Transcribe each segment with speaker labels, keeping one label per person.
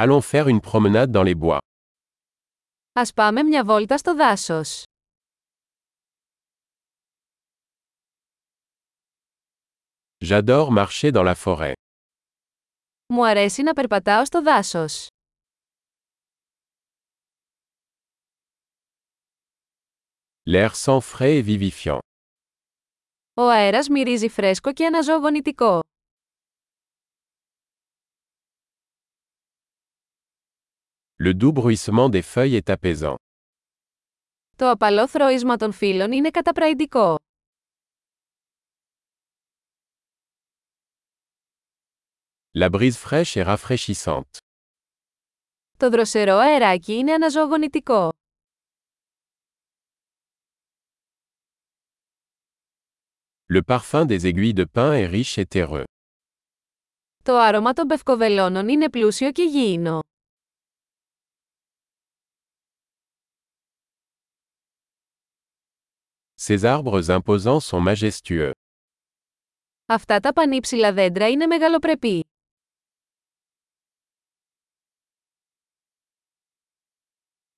Speaker 1: Allons faire une promenade dans les bois.
Speaker 2: Ας πάμε μια βόλτα στο δάσος.
Speaker 1: J'adore marcher dans la forêt.
Speaker 2: Μου αρέσει να περπατάω στο δάσος.
Speaker 1: L'air sent frais et vivifiant.
Speaker 2: Ο αέρας μυρίζει φρέσκο και αναζωογονητικό.
Speaker 1: Le doux bruissement des feuilles est apaisant.
Speaker 2: Το απαλό θροίσμα των φύλων είναι καταπραϊντικό.
Speaker 1: La brise fraîche est rafraîchissante.
Speaker 2: Το δροσερό αεράκι είναι αναζωογονητικό.
Speaker 1: Le parfum des aiguilles de pin est riche et terreux.
Speaker 2: Το άρωμα των πευκοβελώνων είναι πλούσιο και γήινο.
Speaker 1: Ces arbres imposants sont majestueux.
Speaker 2: Αυτά τα πανύψηλα δέντρα είναι μεγαλοπρεπή.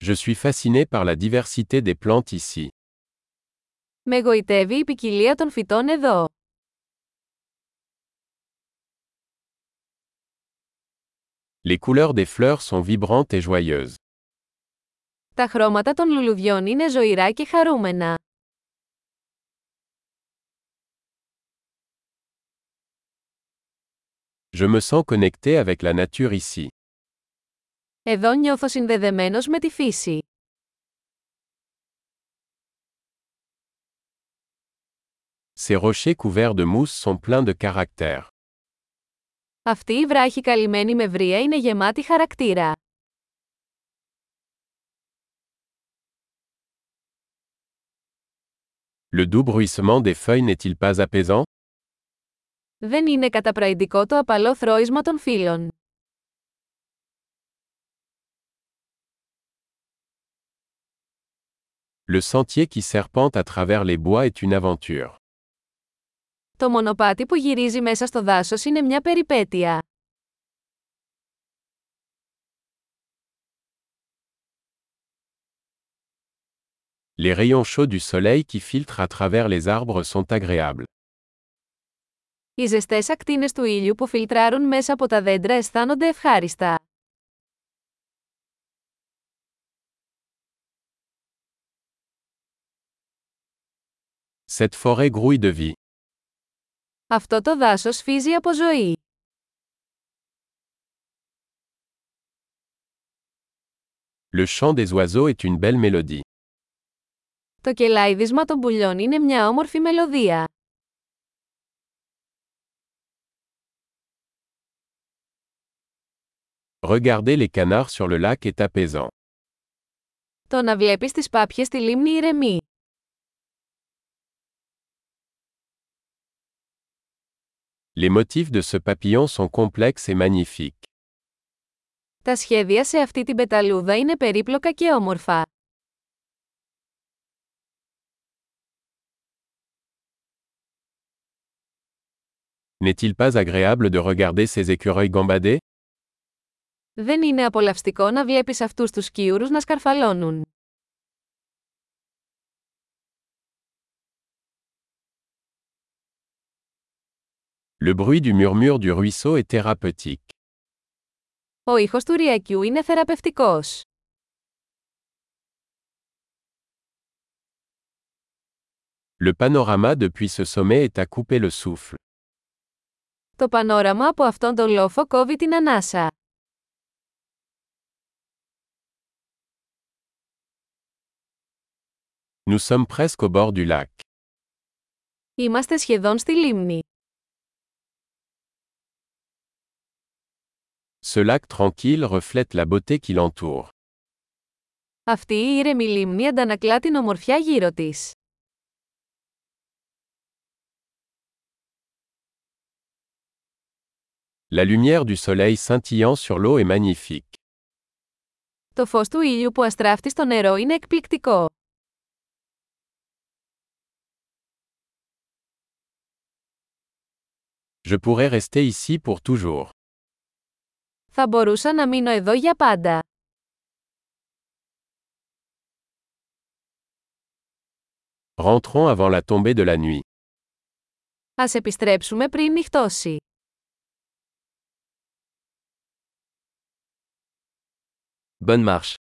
Speaker 1: Je suis fasciné par la diversité des plantes ici.
Speaker 2: Με γοητεύει η ποικιλία των φυτών εδώ.
Speaker 1: Les couleurs des fleurs sont vibrantes et joyeuses.
Speaker 2: Τα χρώματα των λουλουδιών είναι ζωηρά και χαρούμενα.
Speaker 1: Je me sens connecté avec la nature ici.
Speaker 2: Εδώ νιώθω συνδεδεμένος με τη φύση.
Speaker 1: Ces rochers couverts de mousse sont pleins de caractère.
Speaker 2: Αυτή η βράχη καλυμμένη με βρία είναι γεμάτη χαρακτήρα.
Speaker 1: Le doux bruissement des feuilles n'est-il pas apaisant
Speaker 2: Δεν είναι καταπραϊντικό το απαλό θρώισμα των φύλων.
Speaker 1: Le sentier qui serpente à travers les bois est une aventure.
Speaker 2: Το μονοπάτι που γυρίζει μέσα στο δάσος είναι μια περιπέτεια.
Speaker 1: Les rayons chauds du soleil qui filtrent à travers les arbres sont agréables.
Speaker 2: Οι ζεστές ακτίνες του ήλιου που φιλτράρουν μέσα από τα δέντρα αισθάνονται ευχάριστα.
Speaker 1: Cette forêt grouille de vie.
Speaker 2: Αυτό το δάσος φύζει από ζωή.
Speaker 1: Le chant des oiseaux est une belle mélodie.
Speaker 2: Το κελάιδισμα των πουλιών είναι μια όμορφη μελωδία.
Speaker 1: Regarder les canards sur le lac est apaisant.
Speaker 2: Το να βλέπεις τις πάπιες στη λίμνη ηρεμεί.
Speaker 1: Les motifs de ce papillon sont complexes et magnifiques.
Speaker 2: Τα σχέδια σε αυτή την πεταλούδα είναι περίπλοκα και όμορφα.
Speaker 1: N'est-il pas agréable de regarder ces écureuils gambader
Speaker 2: Δεν είναι απολαυστικό να βλέπεις αυτούς τους σκιούρους να σκαρφαλώνουν.
Speaker 1: Le bruit du murmure du ruisseau est thérapeutique.
Speaker 2: Ο ήχος του ριακιού είναι θεραπευτικός.
Speaker 1: Le panorama depuis ce sommet est à couper le souffle.
Speaker 2: Το πανόραμα από αυτόν τον λόφο κόβει την ανάσα.
Speaker 1: Nous sommes presque au bord du lac.
Speaker 2: Είμαστε σχεδόν στη λίμνη.
Speaker 1: Ce lac tranquille reflète la beauté qui l'entoure.
Speaker 2: Αυτή η ήρεμη λίμνη αντανακλά την ομορφιά γύρω της.
Speaker 1: La lumière du soleil scintillant sur l'eau est magnifique.
Speaker 2: Το φως του ήλιου που αστράφτει στο νερό είναι εκπληκτικό.
Speaker 1: Je pourrais rester ici pour toujours.
Speaker 2: Θα Θα μπορούσα να μείνω εδώ για πάντα.
Speaker 1: Rentrons avant la tombée de la nuit.
Speaker 2: Ας επιστρέψουμε πριν νυχτώσει.
Speaker 3: Bonne marche.